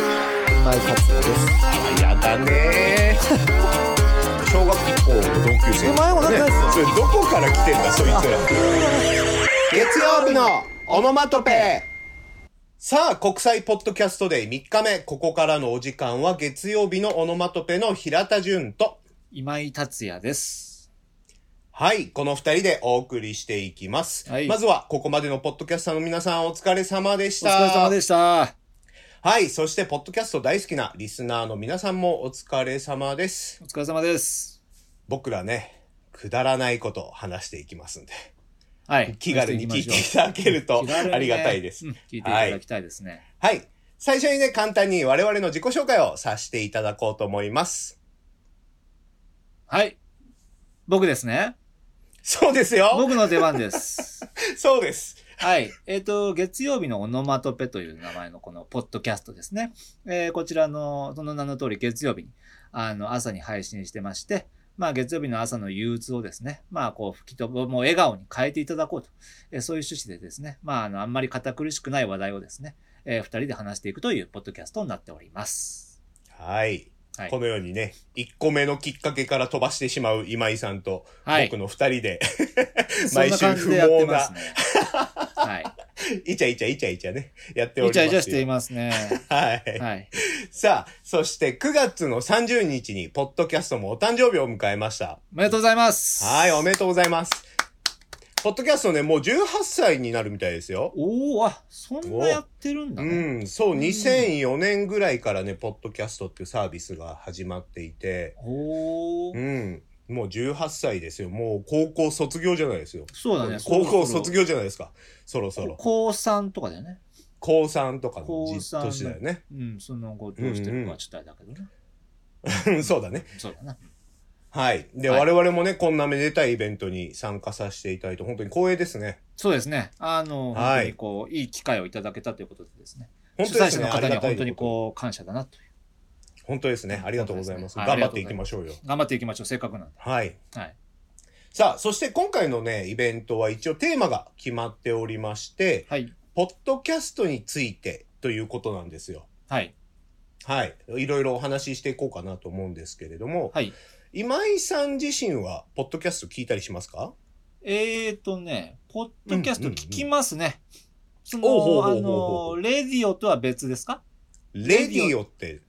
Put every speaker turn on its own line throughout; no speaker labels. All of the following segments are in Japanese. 今井達也です
あやだねー小学校の同級生
お前も仲良いっすよ
それどこから来てんだそいつら
月曜日のオノマトペ
さあ、国際ポッドキャストデイ3日目、ここからのお時間は月曜日のオノマトペの平田純と、
今井達也です。
はい、この2人でお送りしていきます。
はい
まずは、ここまでのポッドキャスターの皆さんお疲れ様でし
お
た。
疲れ様でした。
はい、そして、ポッドキャスト大好きなリスナーの皆さんもお疲れ様です。
お疲れ様です。
僕らね、くだらないことを話していきますんで、
はい。
気軽に聞いてい
き
ただけると
ましょう気軽にね
ありがたいです
うん。聞いていただきたいですね。
はい。最初にね、簡単に我々の自己紹介をさせていただこうと思います。
はい。僕ですね。
そうですよ。
僕の出番です。
そうです。
はい。えっ、と、月曜日のオノマトペという名前のこのポッドキャストですね。えーこちらの、その名の通り月曜日に、あの、朝に配信してまして、まあ月曜日の朝の憂鬱をですね、まあこう吹き飛ぶ、もう笑顔に変えていただこうと、えーそういう趣旨でですね、まああの、あんまり堅苦しくない話題をですね、えー二人で話していくというポッドキャストになっております。
はい。
はい
こ。のようにね、1個目のきっかけから飛ばしてしまう今井さんと、
はい
僕。の2人で、
そん
毎
な
週
感
不
じでやって
毛
ま
な
す、ね。は
イチャイチャイチャイチャね、やっておりま
い。イ
す
チ
よ。
ャイチャしていますね。
はい。
はい。
さあ、そして9月の30日に、ポッドキャストもお誕生日を迎えました。
おめでとうございます。
はい、おめでとうございます。ポッドキャストね、もう18歳になるみたいですよ。
おおあそんなやってるんだね、
うん、そう、
ん
2004年ぐらいからね、ポッドキャストっていうサービスが始まっていて、
おお
うん、もう18歳ですよ。もう高校卒業じゃないですよ。
そうだね
高校卒
業
業じゃないですか。そろそろ。
高3とかだよね
高3とかの
高
じ
三
年だよね。
うんその後どうしてるかはちょっとあれだけどね、
そうだね。
そうだな
はい。で、
はい
我々もね、こんなめでたいイベントに参加させていただいて、本当に光栄ですね。
そうですねあの、
はい
本当にこういい機会をいただけたということでですね
本当
主
で
催
す
者
ね。
の
あ
方
り
に
が
は
たい
本
こ
当
と
にこう感謝だなという
本当ですね。ありがとうございます。
本当で
頑
すね
張っていきましょうよ。
頑張っていきましょうせっかくなんで
はい。
はい
さあ、そして今回のね、イベントは一応テーマが決まっておりまして、
はい
ポッドキャストについてということなんですよ。
はい
はい。いろいろお話ししていこうかなと思うんですけれども、
はい
今井さん自身は、ポッドキャスト聞いたりしますか
えーとねポッドキャスト聞きますね、そ
おうほうほう
のあ
ほうほう
のレディオとは別ですか
レディオって、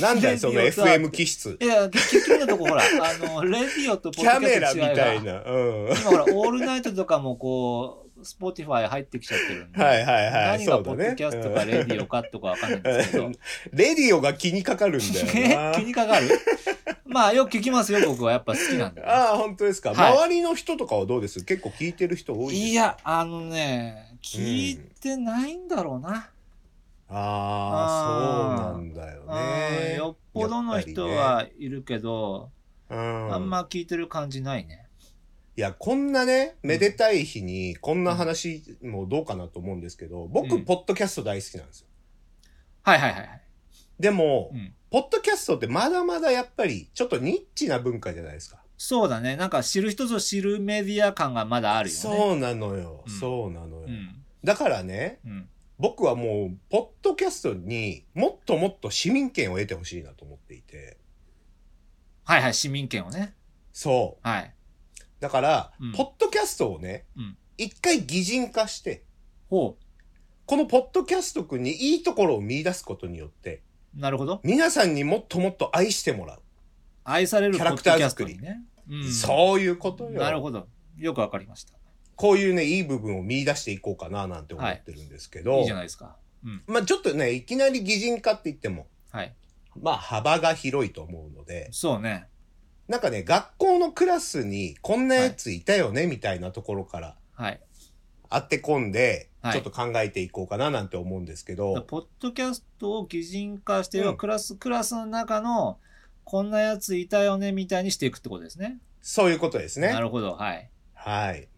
なんだよ、
レディ
そ
オ
の
とは
FM 気質。
いや、結局のとこ ほら、あの、レディオとポ
キ
ッ
ャ
ドキ
メ
ャ
ラ
ス
み
トの違い
た
が
いな。うん。は
今ほら、オールナイトとかもこう、スポティファイ入ってきちゃってるん
い
で。
はいはい。
何
そ
が
うだ
ポッド
ね
キ。ャストかレディオかとかわかんないんですけ
う
ど
ん。レディオが気にかかるんだ
え
よ
気
な。
にかかるまあ、よく聞きますよ、僕は。やっぱ好きなんで、
ああ、本当ですか。
はい
周りの人とかはどうです結構聞いてる人多いです
いや、あのね、聞いてないんだろうな。
ああ、
あ
そう
ー
なんだよ
う
ね。
んよっぽどの人
やっ
はいるけど、
ぱりね、うん、
あんま聞いてる感じないね。
いや、こんなね、めでたい日に、こんな話もどうかなと思うんですけど、僕、
うん
ポッドキャスト大好きなんですよ。
はいはいはいはい。
でも、
うん
ポッドキャストってまだまだやっぱり、ちょっとニッチな文化じゃないですか。
そうだね。なんか知る人ぞ知るメディア感がまだあるよね。
そうなのよ、
うん
そうなのよ、
うん。
だからね、
うん。
僕はもう、ポッドキャストにもっともっと市民権を得てほしいなと思っていて、
はいはい、市民権をね。
そう。
はい。
だから、
うん
ポッドキャストをね
うん、
一、回擬人化して、
ほ
このポッドキャスト君にいいところを見出すことによって、
う。なるほど。
皆さんにもっともっと愛してもらう。
愛される
キャ
ポ
ラ
ッ
ク
ド
タ
キ
ー
ャス
作
ト
り
にね。うん
そういうことよ。
なるほど。よくわかりました。
こういうね、いい部分を見出していこうかななんて思ってるんですけど、
いいじゃないですか。うん。
まあちょっとね、いきなり擬人化って言っても、
はい。
まあ幅が広いと思うので、
そうね。
なんかね、学校のクラスにこんなやついたよねみたいなところから
はい。
当て込んで、
はい
ちょっと考えていこうかななんて思うんですけど、
ポッドキャストを擬人化して、要
う
は
ん
クラス、クラスの中の、こんなやついたよね、みたいにしていくってことですね。
そういうことです
な
ね。
るほど。はい。
はい。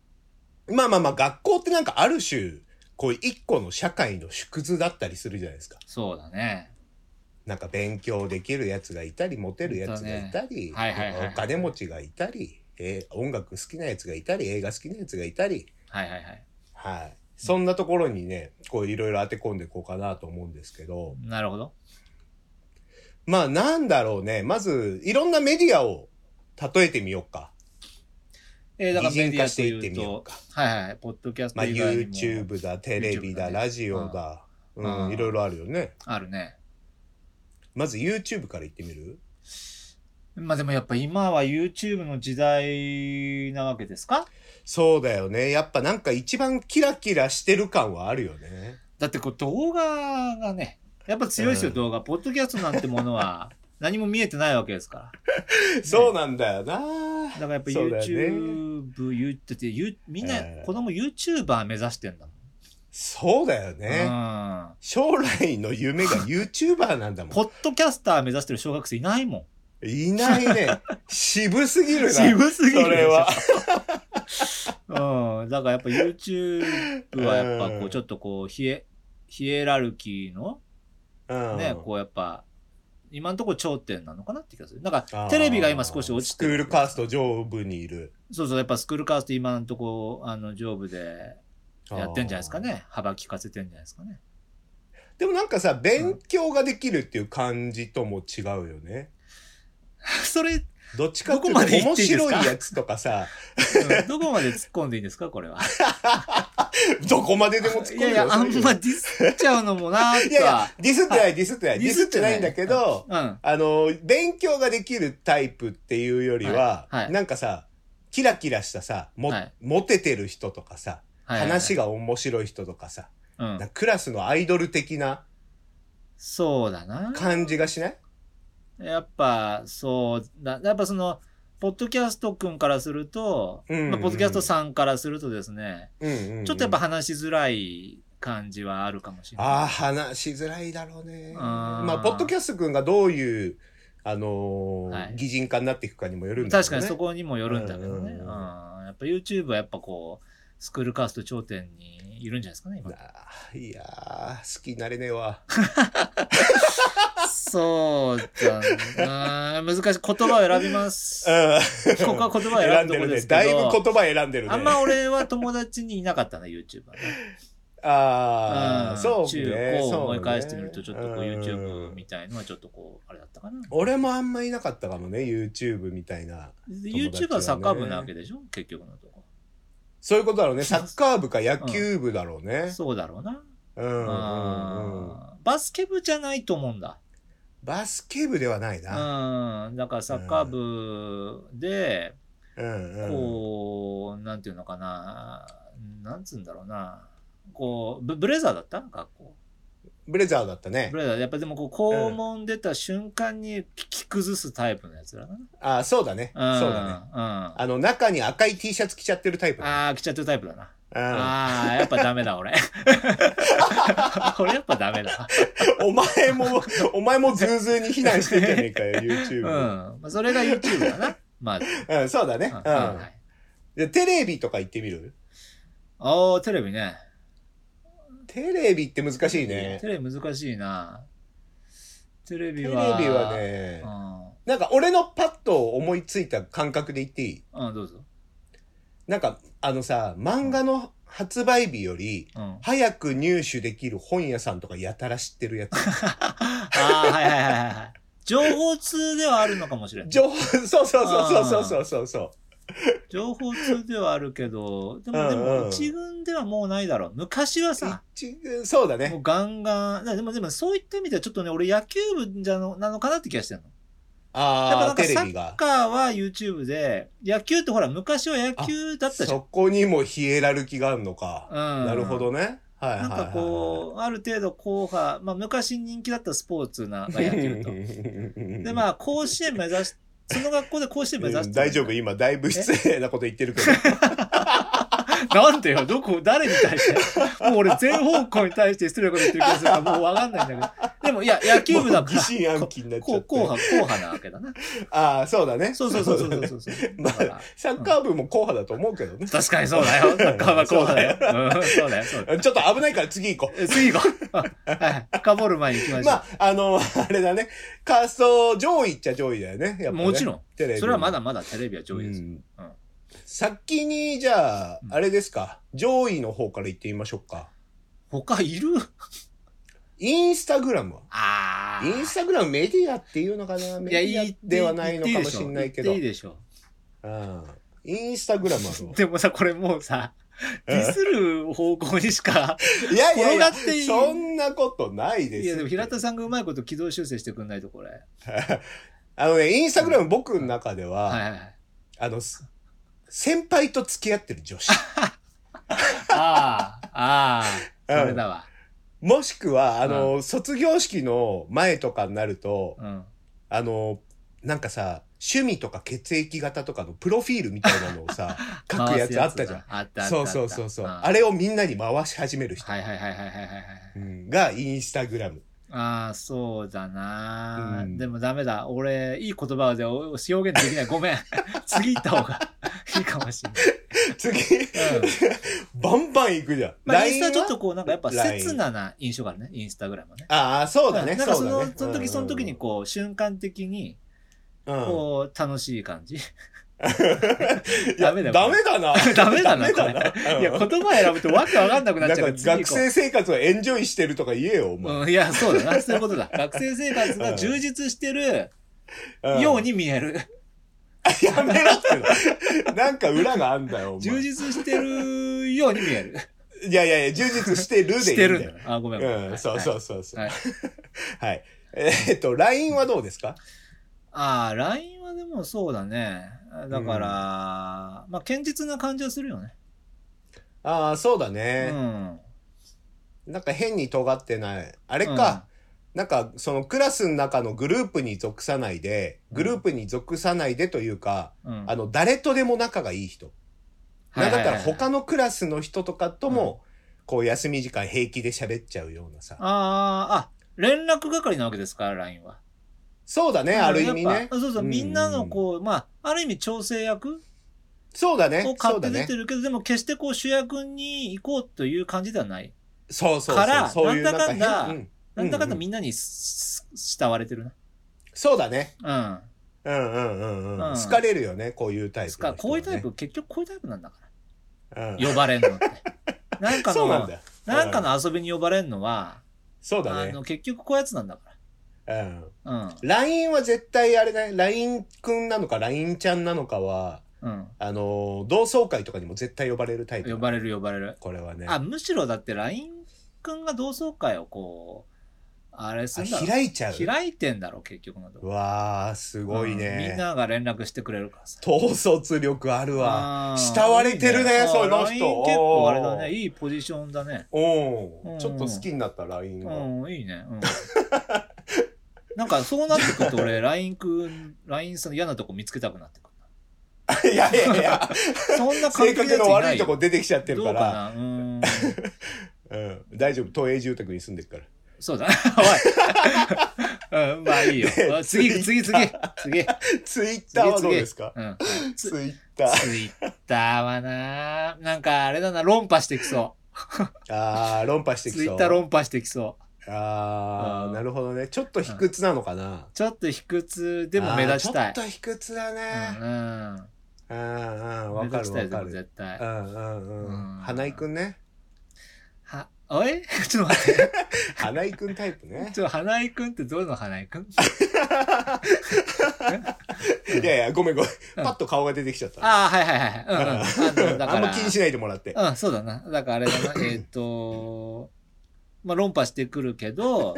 まあまあまあ、学校ってなんかある種、こう一個の社会の縮図だったりするじゃないですか。
そうだね。
なんか勉強できるやつがいたり、モテるやつがいたり、
本当ねはいはいはいはい
お金持ちがいたり、えー音楽好きなやつがいたり、映画好きなやつがいたり、
はいはいはい。
はい。そんなところにね、こういろいろ当て込んでいこうかなと思うんですけど、
なるほど。
まあなんだろうね。まず、いろんなメディアを例えてみようか。
えー、だ
擬
からメ
人
ディ
化
ア
し
と
て
い
いって
う
みよう
と、
か。
はいはい、ポッドキャス
ま
ト
あ
以外にも
YouTube だ、テレビだ、
YouTube だね
ラジオだ、
うん
うん、いろいろあるよね。
あるね。
まず YouTube から行ってみる
まあでもやっぱ今は YouTube の時代なわけですか
そうだよね。やっぱなんか一番キラキラしてる感はあるよね。
だってこう動画がね、やっぱ強いですよ、
うん
動画。ポッドキャストなんてもの は何も見えてないわけですから。
そうなんだよな。
だからやっぱ
そうだよね
YouTube、ゆだってゆみんな
うん
子供 YouTuber 目指してんだもん。
そうだよね。
う
将来の夢 が YouTuber なんだ
ん。
も
ポッドキャスター目指してる小学生いないも
ん。いない ね。渋すぎる
ん。
な。
渋すぎるでしょ
それは。
うん。だからやっぱ YouTube はやっぱこ
う
うんちょっとこうヒエ、ヒエラルキーの
うん
ね、こうやっぱ、今のところ頂点なのかなって気がする。なん
あ
か
ー
テレビが今少し落ち
ス
て
ク
る。
ールカースト上部にいる。
そうそう、やっぱスクールカースト今のところ、あの、上部でやってんじゃないですかね。幅利かせてんじゃないですかね。
あー。でもなんかさ、勉強ができるっていう感じとも違うよね。
それ、
どっちかっていう
ど
と
こまで行っ
面
ていいですか
白いやつとかさ、
うんどこまで突っ込んでいいんですか、これは。
どこまででも突っ込ん
い
で
やいや、あんま
デ
ディスっちゃうのもなー
い
と
やいや
は。、
ディスってない、ディスってない。ディスってないんだけど、
うん。
あの、勉強ができるタイプっていうよりは、
はいはい
なんかさ、キラキラしたさ、も、
はい
モテてる人とかさ、話
が。
が面白い人とかさ、
うん
なんかクラスのアイドル的な
そうだな。
感じがしない
やっぱ、そうだ。やっぱその、ポッドキャスト君からすると、
うんうん
まあ、ポッドキャストさんからするとですね、
うんうんうん
ちょっとやっぱ、話しづらい感じはあるかもしれない。
ああ、話しづらいだろうね。
あー
まあ、ポッドキャスト君がどういう、あのー
はい
擬人化になっていくかにもよるんだ
確
けど
か
ね。
にそこにもよるんだけどね。
う
うんん
うんうん
やっぱ YouTube はやっぱこう、スクールカースト頂点にいるんじゃないですかね、今。
あーいやー、好きになれねえわ。
そうだな。難しい。言葉を選びます。
うん
ここは言葉 を
選
選
ん
ぶ
で
とこ
る
で
ね。
すけど。
だいぶ言葉選んでるね。
あんま俺は友達にいなかったな、YouTube はね。
ああ、そうね。
中高を思い返してみる
そ
と、
うね
ちょっとこ
う
う YouTube
ん
みたいのはちょっとこう、あれだったかな。
俺もあんまいなかったかもね、YouTube みたいな。
で
友達はね
YouTube はサッカー部なわけでしょ結局のとこ。
そういうこと だろうね。サッカー部か野球部だろうね。
そうだろうな。
うんうんうん。
あーバスケ部じゃないと思うんだ。
バスケ部ではないな。
うん。だからサッカー部で、
うんうん。
こう、なんていうのかな。なんつうんだろうな。こう、ブブレザーだった学校。
ブレザーだったね
ブ。レザー。やっぱでもこう、校門出た瞬間に聞き崩すタイプのやつだな。
ああ、そうだね。そうだね。
ね。うん。あ
あの、中に赤い T シャツ着ちゃってるタイプだね。
あー、来ちゃってるタイプだな。
うん
ああ、やっぱダメだ、俺。 俺やっぱダメだ。
お前も、お前もズーズーに非難してんじゃねえかよ、
うん。
YouTube。
まあ、それが YouTube だな。まあ、
うん、そうだね。
うん
うん
はい。
でテレビとか行ってみる
ああ、テレビね。
テレビって難しいね。
テレビ難しいな。テレ
テ
ビ
レビ
は。
はね、なんか俺のパッと思いついた感覚で言っていい
うん。うん、どうぞ。
なんかあのさ、漫画の発売日より、
うん。 あ
早く入手できる本屋さんとかやたら知ってるやつ。
あー、はいはいはいはいはい。情報通ではあるのかもしれない。
情報、そうそうそうそうそうそうそう。
情報通ではあるけど、でも、
うん
で
うん
も、一軍ではもうないだろう。昔はさ、
一そうだ
も
ね。
うガンガン、だでも、でも、そういった意味ではちょっとね、俺野球部じゃのなのかなって気がしてるの。やっぱな
あ
ん
あ、
か
テ
サ
レビ
ッ
が。
カーは YouTube で、野球ってほら、昔は野球だったじゃん。
そこにもヒエラルキーがあるのか。
な
なるほどね。はいはいは
なん
い、
かこう、ある程度後半、まあ昔人気だったスポーツ な、まあ、野球と。
う
で、まあ甲子園目指し、その学校で甲子園目指して、
うん大丈夫、今だいぶ失礼なこと言ってるけど。
なんでよ、どこ、誰に 対して。もう俺全方向に対して失礼なこと言ってる気がするから、もうわかんないんだけど。でもいや、野球部だ
も
か
う疑
ら。
心暗鬼になっちゃ
こ
っ
う
て。
後半、後半なわけだな。
ああ、そうだね。
そうそうそうそうそうそう。
ま
だか
あ
ら、
サッカー部も硬派だと思うけどね。
確かにそう だよ。サッカーは後半だよ。うん、そうだよ、そうだよ。
ちょっと危ないから次行こう。
え次行こう。 はい。深掘る前に行きましょう。
まあ、あの、 あれだね。カースト上位っちゃ上位だよね。やっぱね
もちろん。
テレビ。
それはまだまだテレビは上位です
う
よ。
ん
うん
先に、じゃあ
う、ん
あれですか。上位の方から行ってみましょうか。
他いる
インスタグラムは
ああ
インスタグラムメディアっていうのかなメ
いや、
デ
い
ィ
い
アではないのかもしれないけど。
言っていいでしょ。
うんインスタグラムはどう
言っていいでしょでもさ、これもうさ、ディスる方向にしか、
いやいやいや
転がっていい
そんなことないです
いや、でも平田
さん。
さんがうまいこと軌道修正してくんないと、これ。
あのね、インスタグラム僕の中では、
はいはいはい。
あの、す先輩と付き合ってる 女子。
ああ、ああ、それだわ。
もしくは、あの、卒業式の前とかになると、
うん。
あの、なんかさ、趣味とか血液型とかのプロフィールみたいなのを さ、書くやつあったじゃん。
ん。あったあったあった。
そうそうそうそう。
ん
あれをみんなに回し始める人、
はいはいはいはいはいはいはい。
うんがインスタグラム。
ああ、そうだな、
うん
でもダメだ。俺、いい言葉でお表現できない。ご めん。次行った方が いいかもしれ
次、
ない。うん。
バンバン行くじゃん。
まあ、イン
LINE
ス
は
タちょっとこう、なんかやっぱ
LINE
刹那な印象があるね。インスタグラムはね。
ああ、そうだね。
なんかそう
だ
の、
ね
その時その時にこう、瞬間的に、
うん
こう、楽しい感じ。
いや
ダメだよ。
ダメだな
ダメだな、これ。
うん
いや、言葉選ぶとわけわかんなくなっ
なん
ちゃう
か
か、
ら
次行こう
学生生活をエンジョイしてるとか言えよ、お前。
うん、いや、そうだな。そういうことだ。学生生活が充実してる
ん
よう。に見える。
やめろっての。なんか裏があんだよ、お
充
前。
実してるように見える。
いやいやいや、充実してるでいいんだよ。
してるんだよ。あ、ごめんごめん。。
うん、そうそううそうそう。
は
はいい。えーっと、LINE はどうですか
ああ、LINE はでもそうだね。だから、まあ、堅実な感じはするよね。
ああ、そうだ
う
ね。
ん。
なんか変に尖ってない。あれか、なんかそのクラスの中のグループに属さないで、グループに属さないでというか、
うん。うん
あの、誰とでも仲がいい人。なんだったら他のクラスの人とかとも、こう休み時間平気で喋っちゃうようなさ。
ああ、あ、連絡係なわけですから、LINE は。
そうだね、ある意味
やっ
ね
ぱ。そうそう、
うん
みんなのこう、まあ、ある意味調整役
そうだ
を
ね、
買
そう
っ
だ
て出
ね
て。るけど、でも決してこう主役に行こうという感じではない。
そうそう
か
そう。そ
ら
ういう
なんだかんだ
変うん
なんだか
う
んだ
んうん
みんなにすす慕われてる
そうだね。
な。
うんうんうん
う
うんん。好かれるよね、こういうタ
う
イ
ん。
プ
つ
の人はね。
か、こういうタイプ、結局こういうタイプなんだから。
うん。
呼ばれんの って。なんか
そうなん
の
だ、よ。
なんかの遊びに呼ばれんのは、
そうだ
あ
ね。
の、結局こういうやつなんだか
うん。
ら。
LINE は絶対あれだね。LINE くんなのか LINE ちゃんなのかは、
うん。
あのー、同窓会とかにも絶対呼ばれるタイ
うん。
プ。
呼ばれる呼ばれる。
これはね。
あ、
あ、
むしろだって LINE 君が同窓会をこう、あれすんだろ
開いちゃう。
開いてんだろ、結局のとこ。
わあ、すごい
うんみん
ね。
なが連絡してくれるからさ。
統率力あるわ。
あー
慕われてるね
いい
その人
あー LINE 結構あれだね。いいポジションだね。
お
うん
お、ちょっと好きになった LINE が。
うん、いいね。 うん。なんかそうなってくると俺、LINE くん、LINE さんの嫌なとこ見つけたくなってくる な。
いやいやい や、
そんな関
性
係のやつ
格の
いな
悪い
いよ
とこ出てきちゃってる
ど
か、
うからなうーん。
うん、大丈夫、都営住宅に住んでる から。
そうだ。おい。うん、まあいいよ。あ次、次、次、次。次。
ツイッターはどうですか
うん。
ツ
次
イッター。
ツイッターはななんかあれだな、論破してきそ
あー、論破して
う。
き
ツイ
そ
ッ
う。
ター論破してきそう。
あ
うん
ー、なるほどね。ちょっと卑屈なのかな。
ちょっと卑屈でも目立ち
あ
た
ー
い
ちょ。っと卑屈だ
うん
ね。
うん
うんうん、
目
わか
立
る
ちた
わ
いで
か
も
る。
絶対
う。んうん
う
うんん。花井くん ね。
は、おい ちょっと待って。
花井くんタイプね
ち。ょっと花井くんってどの花井くん
いやいや、ごめんごめん。パッと顔が出てきちゃった。
ああ、はいはいはい はい。うんうん。あのだ
あ
か
ん
ら。
ま気にしないでもらって。
うん、そうだな。だからあれだな。えっと、まあ論破してくるけど、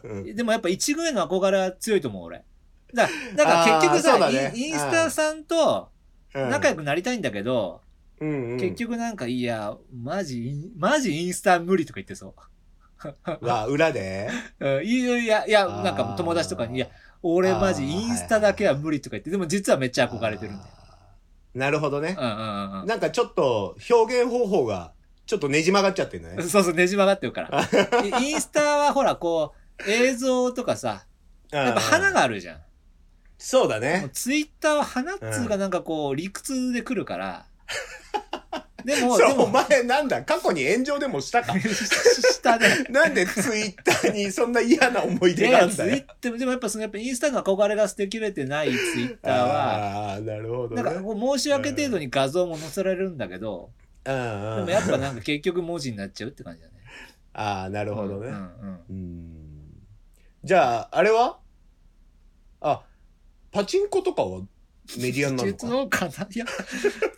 うんうん。
でもやっぱ一軍への憧れは強いと思う、俺。だだから
あ
結局
ーそう
さ、
だね
インインスタさんと仲良くなりたいんだけど、
うんうん、
結局なんか、いや、マジイン、マジインスタ無理とか言ってそう。
は裏で
うんいやいや、いや、 なんか友達とかに、いや、俺マジ
あー
インスタだけは無理とか言って、でも実はめっちゃ憧れてるんだよ。
あーなるほどね
う、んうんうん
なんかちょっと表現方法がちょっとねじ曲がっちゃってる
うん。
ね、
そうそう、ねじ曲がってるから。 でインスタはほら、こう、映像とかさ、やっぱ花
が
があるじゃん。
そうだ
もう
ね
ツイッターは花っつうかなんかこう、理屈で来 るから。でも、で
そうお
も、
前なんだ過去に炎上でもした か
下で。
なんでツイッターにそんな嫌な思い
い
出
や
ない
や、
ん
ツ
だ
イ
よ
ッター、でもやっぱその、やっぱインスタの憧れが捨てきれてないツイッターは、
ああーなるほど
なん
ね
かこう申し訳程度に画像も載せられるんだけど、
うん
で
うん
もやっぱなんか 結局文字になっちゃうって感じだね。
ああなるほどね
うんうんうん
うんじゃあ、あれはあ、パチンコとかはメディアになるの
実
か
のかないや、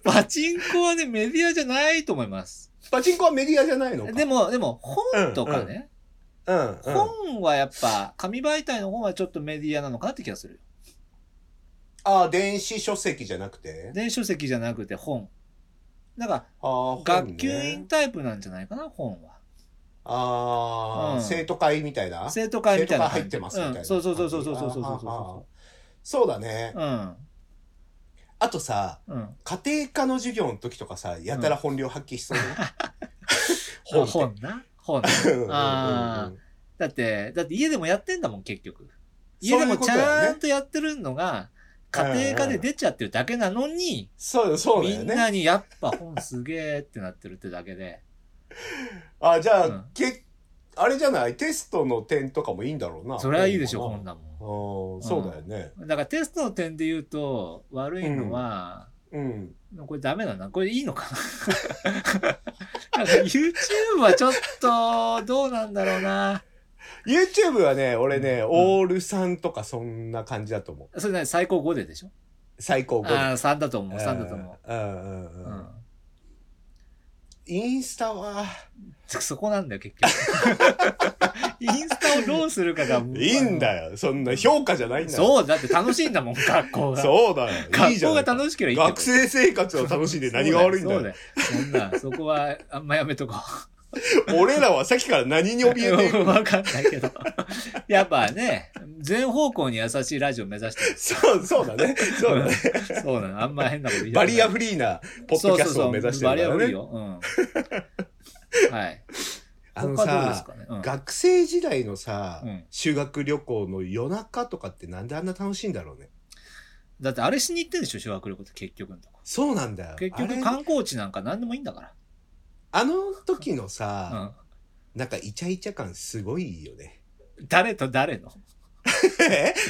パチンコはね、メディアじゃないと思います。
パチンコはメディアじゃないのか
でも、でも、本とかね、
うん、うん。
本はやっぱ、紙媒体の本はちょっとメディアなのかなって気がする。
ああ、電子書籍じゃなくて
電子書籍じゃなくて本。なんか、
ああ、
学級委
本
員
ね
タイプなんじゃないかな、本は。
ああ、
うん
生徒会みたいな
生徒会みたいな感じ。
生徒会入ってますみたいな
うんそうそうそうそうそうそうそ
あ
う
あああ
そ
そうだね
う。。うん。
あとさ、
うん。
家庭科の授業の時とかさ、やたら本領発揮しそうね。
本
本
本な。本。
って。うんうんうんうん
あだって、だって家でもやってんだもん、結局。家で
そうい
も
うこ
ち
とだよね
ゃんとやってるのが、家庭科で出ちゃってるだけなのに、
そう、そうだ
み
よ
ん
ね。
なにやっぱ本すげーってなってるってだけで。
あ、じゃあ、
うん
け、あれじゃないテストの点とかもいいんだろうな。
それはいいでしょ、
本か
本だも
な。うんそうだよね。
ん。だからテストの点で言うと、悪いのは、
うん。
これダメだな。これいいのか ななんか ?YouTube はちょっと、どうなんだろうな。
YouTube はね、俺ね、
うん
オール3とかそんな感じだと思う。
それね、最高5ででしょ
最高5。
ああ、3だと思う、3だと思
うんうん
う。
う
うん
うんん。。インスタは、
そこなんだよ、結局。 インスタをどうするかが。
いいんだよ。そんな評価じゃないんだよ。
そう、だって楽しいんだもん、学校が。
そうだよ。いい
学
じゃ
校
ん
が。楽しければいいってこと
学生生活を楽しんで何が悪いんだ
そう
よ。
よ。そうだよそんな、そこはあんまやめとこ
俺らはさっきから何に怯え
う。
ている
わかんないけど。やっぱね、全方向に優しいラジオ目指してる。
そう、そうだね。そうだね。
うんそうなの。あんま変なこと言いた
バ
くない
リアフリーなポッドキャストを目指してる
そうそうそうバリア
か
フ
らね。
リーよ。 うん。はい。
あの
他どうです
さ、
かねうん
学生時代のさ
うん、
修学旅行の夜中とかってなんであんな楽しいんだろうね。
だってあれしに行ってんでしょ、修学旅行って結局のとこ。
そうなんだよ。
結
あれ
局観光地なんか何でもいいんだか
あの時の
ら。
さ、
うん。
なんかイチャイチャ感すごいよね。
誰と誰の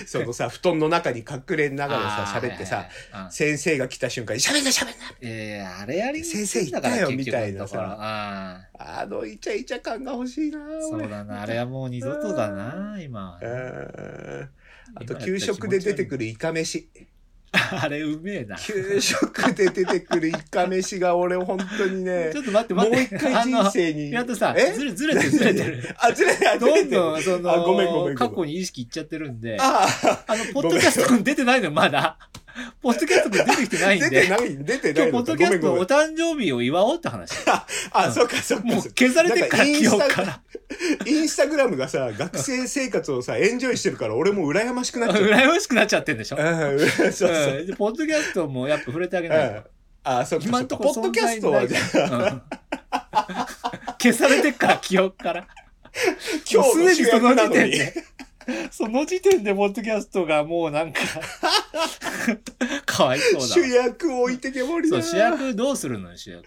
そのさ、布団の中に隠れな
だ
がらさ、喋ってさ、、
あ
先生が来た瞬間に喋んな喋んな
えー、あれやりに行ってんだ
先生
から
行ったよみたいなさ
結局のところああ
あのイチャイチャ感が欲しいな
そう
俺
だな、あれはもう二度とだな、今は
う
ね。
んあと
今やったら
給食で出てく
る。
るイカ飯
あれうめえな。ち
給食で出てくるイカ飯が俺本当にね
ょっと待って
もう
待って。
一回人生
あの
に
やっとさ、
え
ずれずれてるずれてる。
あずれてるず
ど
れ
ん
てる
どん、そ
あごめんごめんごめ
の、
ん
過去に意識いっちゃってるんで、あ
ああ
の、ポッドキャストに出てないのよ まだ。ポッドキャストに出てきてないん
出て
で、
ない出て
今
な
日
い
ポッ
の
ド
か
キ
ご
ャ
め
ス
んご
ト
め
お
ん
誕生日を祝おうって話。う
あ
ん
そっかそっか
もう消されてるから、
なんかイン
記憶
スタ
から。
インスタグラムがさ学生生活をさエンジョイしてるから俺も羨ましくなっちゃう
羨ましくなっちゃってんでしょ
うんそう そう
うんでポッドキャストもやっぱ触れてあげないと。
ああ、そっか
今
そ
ん
っか。
と
ポ
こ
ッドキャスト
存
は、
在
じ
な
ゃ
い
あ
うん消されてっから、記憶から。
今日の主役
もう
な
す
の
で
に
に。その時点で、その時点で、ポッドキャストがもうな んか、かわいそうだわ。
主役置いてけぼり
そ
だ
う、主
な。
役どうするのよ、主役。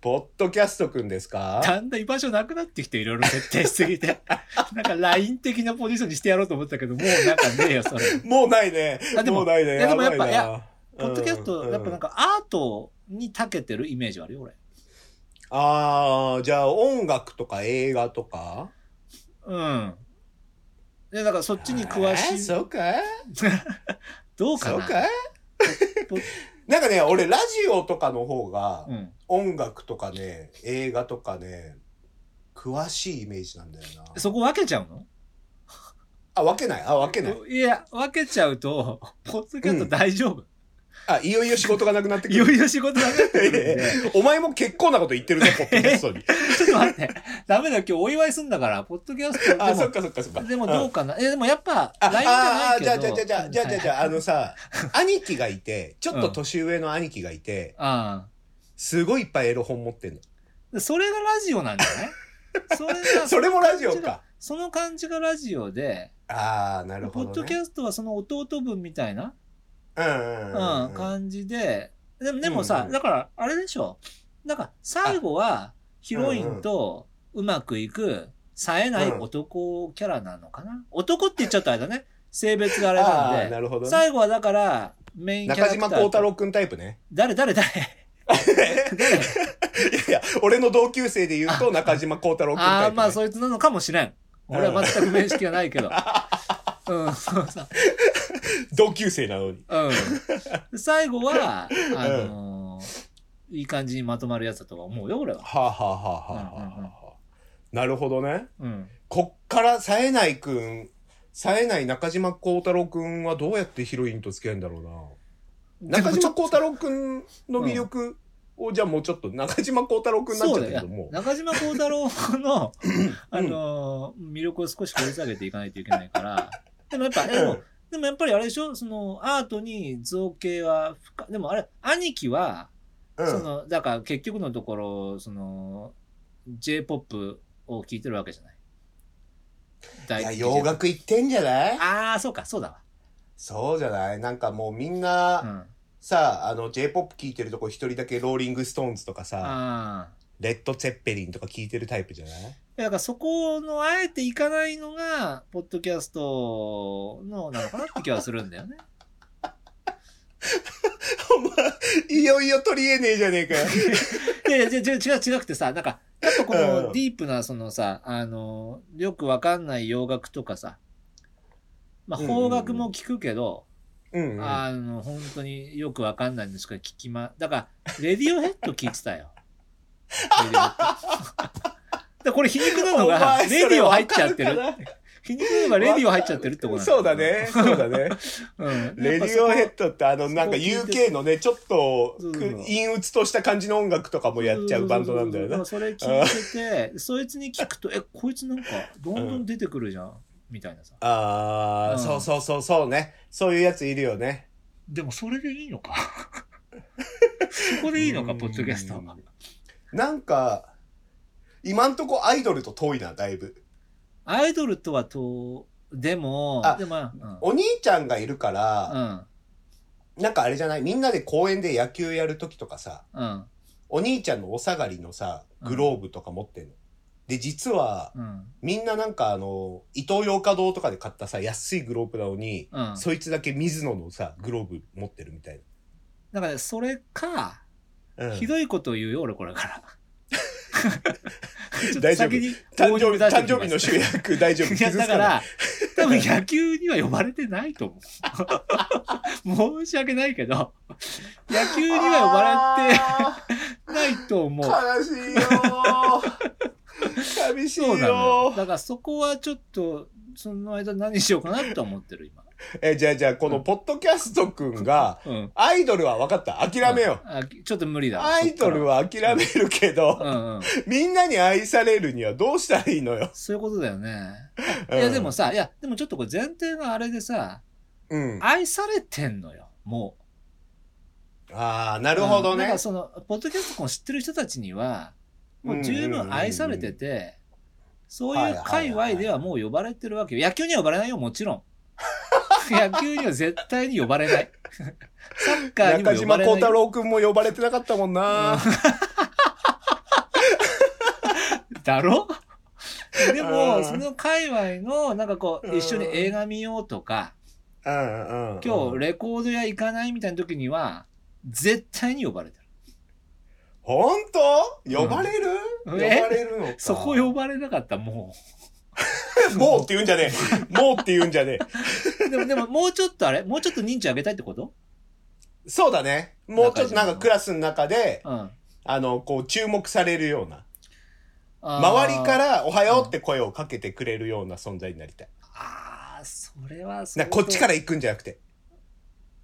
ポッドキャストくんですか
だんだん居場所なくなってきて、いろいろ設定しすぎて。 なんか、LINE 的なポジションにしてやろうと思ったけど、もうなんかねえよ、それ。
もうないね
あ。でも
もうないね。
いやでもやっぱ
ばい
い
な
ポッドキャスト、やっぱなん。
うんうん
か、アートに長けてるイメージはあるよ、俺。
ああ、じゃあ音楽とか映画とか
うん。で、だからそっちに詳
えー
しい。
そうかい
どうか
そう
な
かい
ポッ
なんかね、俺ラジオとかの方が
うん。
音楽とかね、映画とかね、詳しいイメージなんだよな。
そこ分けちゃうの
あ、分けない。あ、分けない。
いや、分けちゃうと、ポッドキャスト大丈夫。
あ、いよいよ仕事がなくなってく
いよ
る。
いよ仕事なくな ってくるんで。
お前も結構なこと言ってるね、ポッドキャストに。
ちょっと待って。ダメだよ、今日お祝いすんだから、ポッドキャスト
あ、そっ
で
かそっかそっか。
も、でも
ん
どうかな。え、でもやっぱ、
あ
LINE じゃな
あー
いけ
じ
ど
ゃあ、じゃあ、じゃあ、じゃあ、じゃあ、じゃあ、じゃあ、あのさ、兄貴がいて、ちょっ
う
と
ん
年上の兄貴がいて、
あ
すごいいっぱいエロ本持ってんの。
あ。それがラジオなんじゃ ないそれが、
それもラジオか。
その感じがラジオで、
ああ、なるほ
ポッド
ど
キ
ね。
ャストはその弟分みたいな
うんうん
うん、
うんうん。
感じで。でもでもさ、
うんうん
だから、あれでしょ。なんか、最後は、ヒロインとうまくいく、冴えない男キャラなのかな、男って言っちゃったらあれだね。性別があれ
ああ
な
ー、
んで。
なるほどね。
最後はだから、メインキャラ
中
クター
島
と。
幸太郎くんタイプね。
誰誰誰誰
いやいや、俺の同級生で言うと中島幸太郎くんタ
あ
イ
あ、
プね。
まあ、そいつなのかもしれん。俺は全く面識がないけど。うん、そうそう
同級生なのに。
うん。最後は、あのーいい感じにまとまるやつだとは思うよ、俺は。
はあ、はあはあはあはあ
うんうんうん
はあ、なるほどね。
うん。
こっから冴えないくん、冴えない中島幸太郎くんはどうやってヒロインと付き合うんだろうな。中島幸太郎くんの魅力を、じゃあもうちょっと、中島幸太郎くんになっちゃ
そう
った
だ
け
よ
ども。
中島幸太郎の、あのー魅力を少し掘り下げていかないといけないから。でもやっぱ、でも、でもやっぱりあれでしょその、アートに造形は深、でもあれ、兄貴は、
うん
その、だから結局のところ、その、J-POP を聴いてるわけじゃない。
いや、
大
洋。楽行ってんじゃない
ああ、そうか、そうだわ。
そうじゃないなんかもうみんな、
うん。あ
さあ、あの、J-POP 聴いてるとこ一人だけローリングストーンズとかさ、
あー。
レッド・ツェッペリンとか聴いてるタイプじゃない
いやだからそこのあえていかないのが、ポッドキャストのなのかなって気はするんだ よね。
お前、いよいよ取りえねえじゃねえかよ。
いやいや、違う違う違くてさ、なんか、やっぱこ
う
の
ん
ディープな、そのさ、あの、よくわかんない洋楽とかさ、まあ、
うんうんうん
邦楽も聞くけど、
うん、うん。
あの、本当によくわかんないのしか聞きま、だから、レディオヘッド聞いてたよ。レディオヘッド。 だからこれ皮肉なの
お
が、
前
レディオ入っちゃって
そ
る
れわか。
皮肉なのがレディオ入っちゃってるってことなん
そうだね。そうだね。
うん。やっぱそこ
レディオヘッドってあのなんか
そこ聞いて
UK のね、ちょっと
そう
く
そう
陰鬱とした感じの音楽とかもやっちゃうバンドなんだよね。
そうそうそうそうだからそれ聞いてて、そいつに聞く と、え、こいつなんか、どんどん出てくるじゃん、みたいなさ。
ああ、
うん
そうそうそうそうね。そういうやついるよね。
でも、それでいいの か。そこでいいのか、
うん
ポッドキャストは。
なんか、今んとこアイドルと遠いな、だいぶ。
アイドルとはと、でも
あ、
でも、ま
お兄ちゃんがいるから、
あ
なんかあれじゃないみんなで公園で野球やるときとかさ、
うん、うん、
お兄ちゃんのお下がりのさ、グローブとか持ってんの。で、実は、
うん、うん、
みんななんかあの、伊東洋華堂とかで買ったさ、安いグローブなのに、
うん。
そいつだけ水野のさ、グローブ持ってるみたい
だから、それか、
な。うん
ひどいこと言うよ、俺、こ れから。ちょっと
大丈夫
先に
誕生
大
日、
丈夫
誕生日の主役大丈夫。
いや、
傷
だ
つ
か
かない。
ら、多分野球には呼ばれてないと思う。 申し訳ないけど、野球には呼ばれてないと思う。
あー悲しいよー。寂しい
そうなの
よ
よ。だからそこはちょっと、その間何しようかなと思ってる、今。
ー。え、じゃあじゃあ、このポッドキャストくんが、
うん。
アイドルは分かった。諦めよう。
あ。ちょっと無理だ。
アイドルは諦めるけ
そっか
ど、
ら。うんうん。
みんなに愛されるにはどうしたらいいのよ。
そういうことだよね。
うん
いや、でも、さ、いや、でもちょっとこれ前提があれでさ、
うん。
愛されてんのよ、もう。
ああ、なるほど
うんなん
ね
か。その、ポッドキャストを知ってる人たちには、もう十分愛されてて、そういう界隈ではもう呼ばれてるわけよ。野球には呼ばれないよ、もちろん。 野球には絶対に呼ばれない。 サッカーにも
中
呼
島
ばれな
幸
い。
太郎くんも呼ばれてなかったもんな。
だろで
う
も、
ん
その界隈の、なんかこ
う
う、
ん
一緒に映画見ようとか、
うんうんうん
今日レコード屋行かないみたいな時には、絶対に呼ばれてる。
本当呼ばれる、
うん
呼ばれるのか。
そこ呼ばれなかった、も う。
もうって言うんじゃね え。もうって言うんじゃね
でも、でも、もうちょっとあれもうちょっと認知上げたいってこと
え。そうだね。もうちょっとなんかクラスの中で、
うん。
あの、こう注目されるような。
あー
周りからおはようって声をかけてくれるような存在になりたい。
ああ、それは
な
相
ん
当
かこっちから行くんじゃなくて。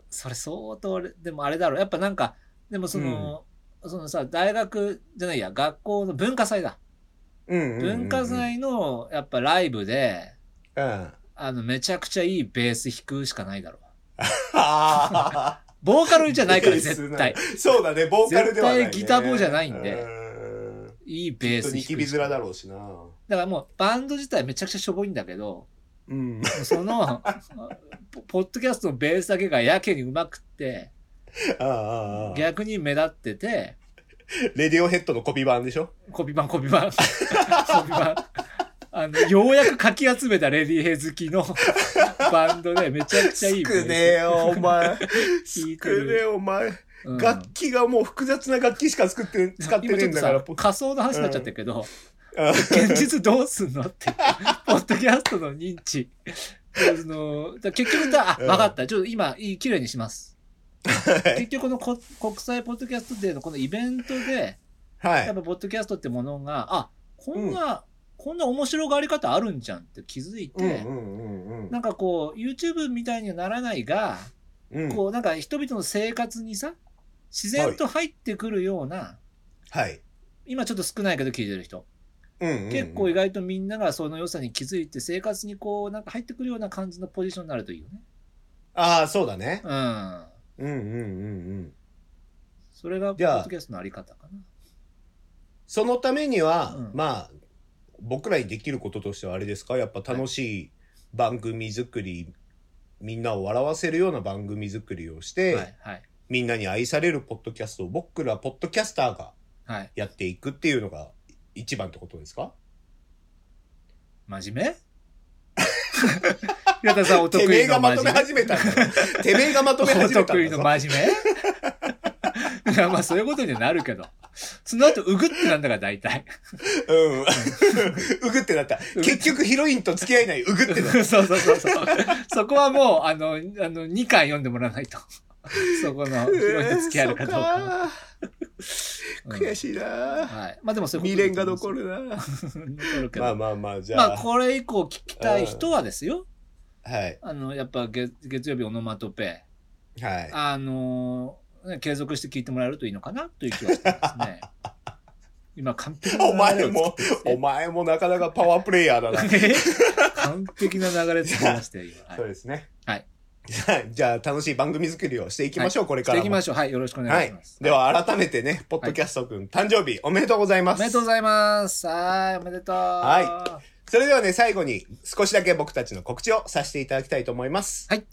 それ相当俺、でもあれだろう。やっぱなんか、でもその、そのさ、大学じゃないや、学校の文化祭だ。
うんうんうんうん
文化。祭の、やっぱライブで、
うん。あ
あの、めちゃくちゃいいベース弾くしかないだろう。
あ
ボーカルじゃないから、
ベース
絶対。
ー。 そうだね、ボーカルではない、ね。
絶対ギタボじゃないんで
うん
いいベー
ちょ
ス
っと
弾
ニ
く
キビ面だろうしな。
だからもう、バンド自体めちゃくちゃしょぼいんだけど、
うん。
その、 ポポッドキャストのベースだけがやけにうまくって、
ああああああ。
逆に目立ってて、
レディオヘッドのコピー版でしょ
コピバン、コピバン。コ ピバン。あの、ようやくかき集めたレディヘ好きのバンドで、めちゃくちゃいいベース。
少ねえよ、お前。少
聞
ね
いてる
えよ、お前。
うん
楽器がもう複雑な楽器しか作って、使ってねえんだか
今
ら
ちょっと。さ仮想の話になっちゃったけど、
うん
現実どうすんのって、ポッドキャストの認知、そのだ結局だ、あ、
うん
分かった。ちょっと今、いい綺麗にします。
はい
結局、このこ国際ポッドキャストデーのこのイベントで、
は
やっ
い。
ぱポッドキャストってものが、あ、こんな、こんな面白がり方あるんじゃんって気づいて、
うんうんうんうん
なんかこう、YouTube みたいにはならないが、
うん。
こう、なんか人々の生活にさ、自然と入ってくるような、
はい。
今ちょっと少ないけど聞いてる人、
うんうんうん
結構意外とみんながその良さに気づいて生活にこうなんか入ってくるような感じのポジションになるといいよね。
ああ、そうだね。
うん。
うんうんうんうん。
それがポ
じゃあ
ッドキャストのあり方か
そのためには、
うん
まあ、僕らにできることとしてはあれですかやっぱ楽しい番組作り、みんなを笑わせるような番組作りをして、
な。はいはい
みんなに愛されるポッドキャストを僕らポッドキャスターが
はい。
やっていくっていうのが一番ってことですか
真面目 平田さんお得
てめえ
意の
がま
真
とめ
面目。
始めたんだよ。てめえがまとめ
お
始めた
得意
んだ
の
ぞ。
真面目 いやまあそういうことにはなるけど。その後、うぐってなんだから 大体。
うん。うぐってな った。結局ヒロインと付き合えないうぐってなった。
そうそうそうそう。そこはもう、あの、あの、2巻読んでもらわないと。そこの、広いと付き合えるかどうかは。
そっか
うん
悔しいな、
はい。まあでもそういう
未
こ
練が
と
残
る。
るな
残るけど。
ま
ま
あ
あ、
まあまあ、じゃあ。
これ以降聞きたい人はですよ。
はい。
あの、やっぱ月月曜日オノマトペ。
はい。
あのーね継続して聞いてもらえるといいのかなという気はしてます ね。今完璧な
お
流れ
前
を作
も、お前もなかなかパワープレイヤーだな。
って。 完璧な流れ作りましたよ、今。
そう
はい。
ですね。
はい
じゃあ。じゃあ、楽しい番組作りをしていきましょう、これ
し
か
て
ら
い
も。
きましょう。はい。よろしくお願
はい
し
い
ま。す。
では、改めてね、ポッドキャストくん、誕生日おめでとうございま
お
す。
めでとうございます。はい、おめでとう。
はそれではね、最後に少しだけ僕たちの告知をさせていただきたいと思います。
えー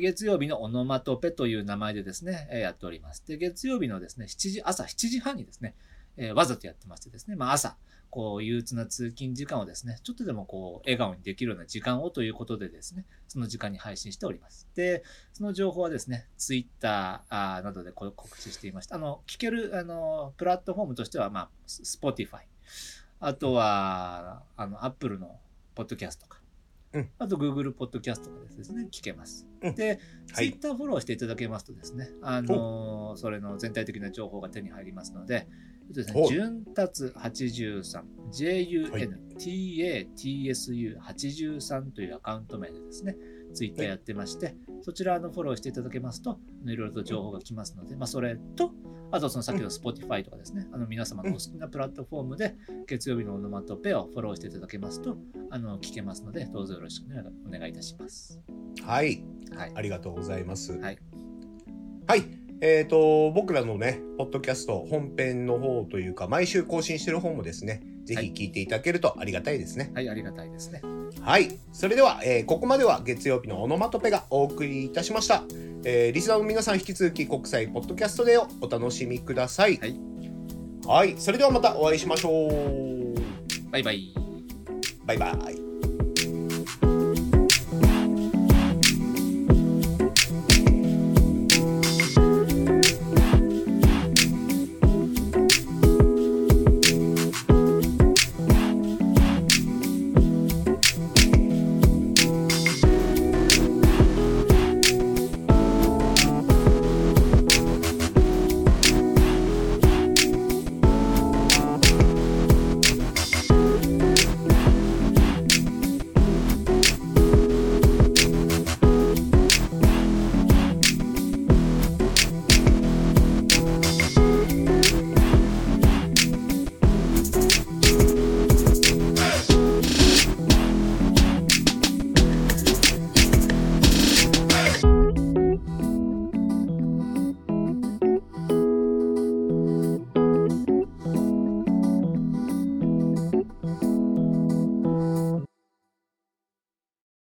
月曜日のオノマトペという名前でですね、えーやっております。で、月曜日のですね、7時、朝7時半にですね、えーわざとやってましてですね、まあ朝、こう、憂鬱な通勤時間をですね、ちょっとでもこう、笑顔にできるような時間をということでですね、その時間に配信しております。で、その情報はですね、ツイッターなどでこう告知していました。あの、聞ける、あの、プラットフォームとしては、まあ、スポティファイ。あとは、あの、アップルのポッドキャストとか。
うん
あと、Google ポッドキャストとかですね、聞けます。
うん
で、
は
ツイ
い
ッターフォローしていただけますとですね、あのーそれの全体的な情報が手に入りますので、えっとですね、
ほう
潤達83、JUNTATSU83 というアカウント名でですね、ツイッターやってまして、そちらのフォローしていただけますと、あのいろいろと情報が来ますので、まあ、それと、あとその先ほど Spotify とかですね、あの皆様のお好きなプラットフォームで、月曜日のオノマトペをフォローしていただけますと、あの聞けますので、どうぞよろしくお願いいたします。
はい。
はい。
ありがとうございます。
はい。
はい。えっ、と、僕らのね、ポッドキャスト本編の方というか、毎週更新してる方もですね、ぜ
は
ひ
い
聞いていただけるとありがたいですね。
はい、ありがたいですね。
はい。それでは、えーここまでは月曜日のオノマトペがお送りいたしました。えーリスナーの皆さん引き続き国際ポッドキャストでをお楽しみください。
はい。
はい。それではまたお会いしましょう。
バイバイ。
バイバイ。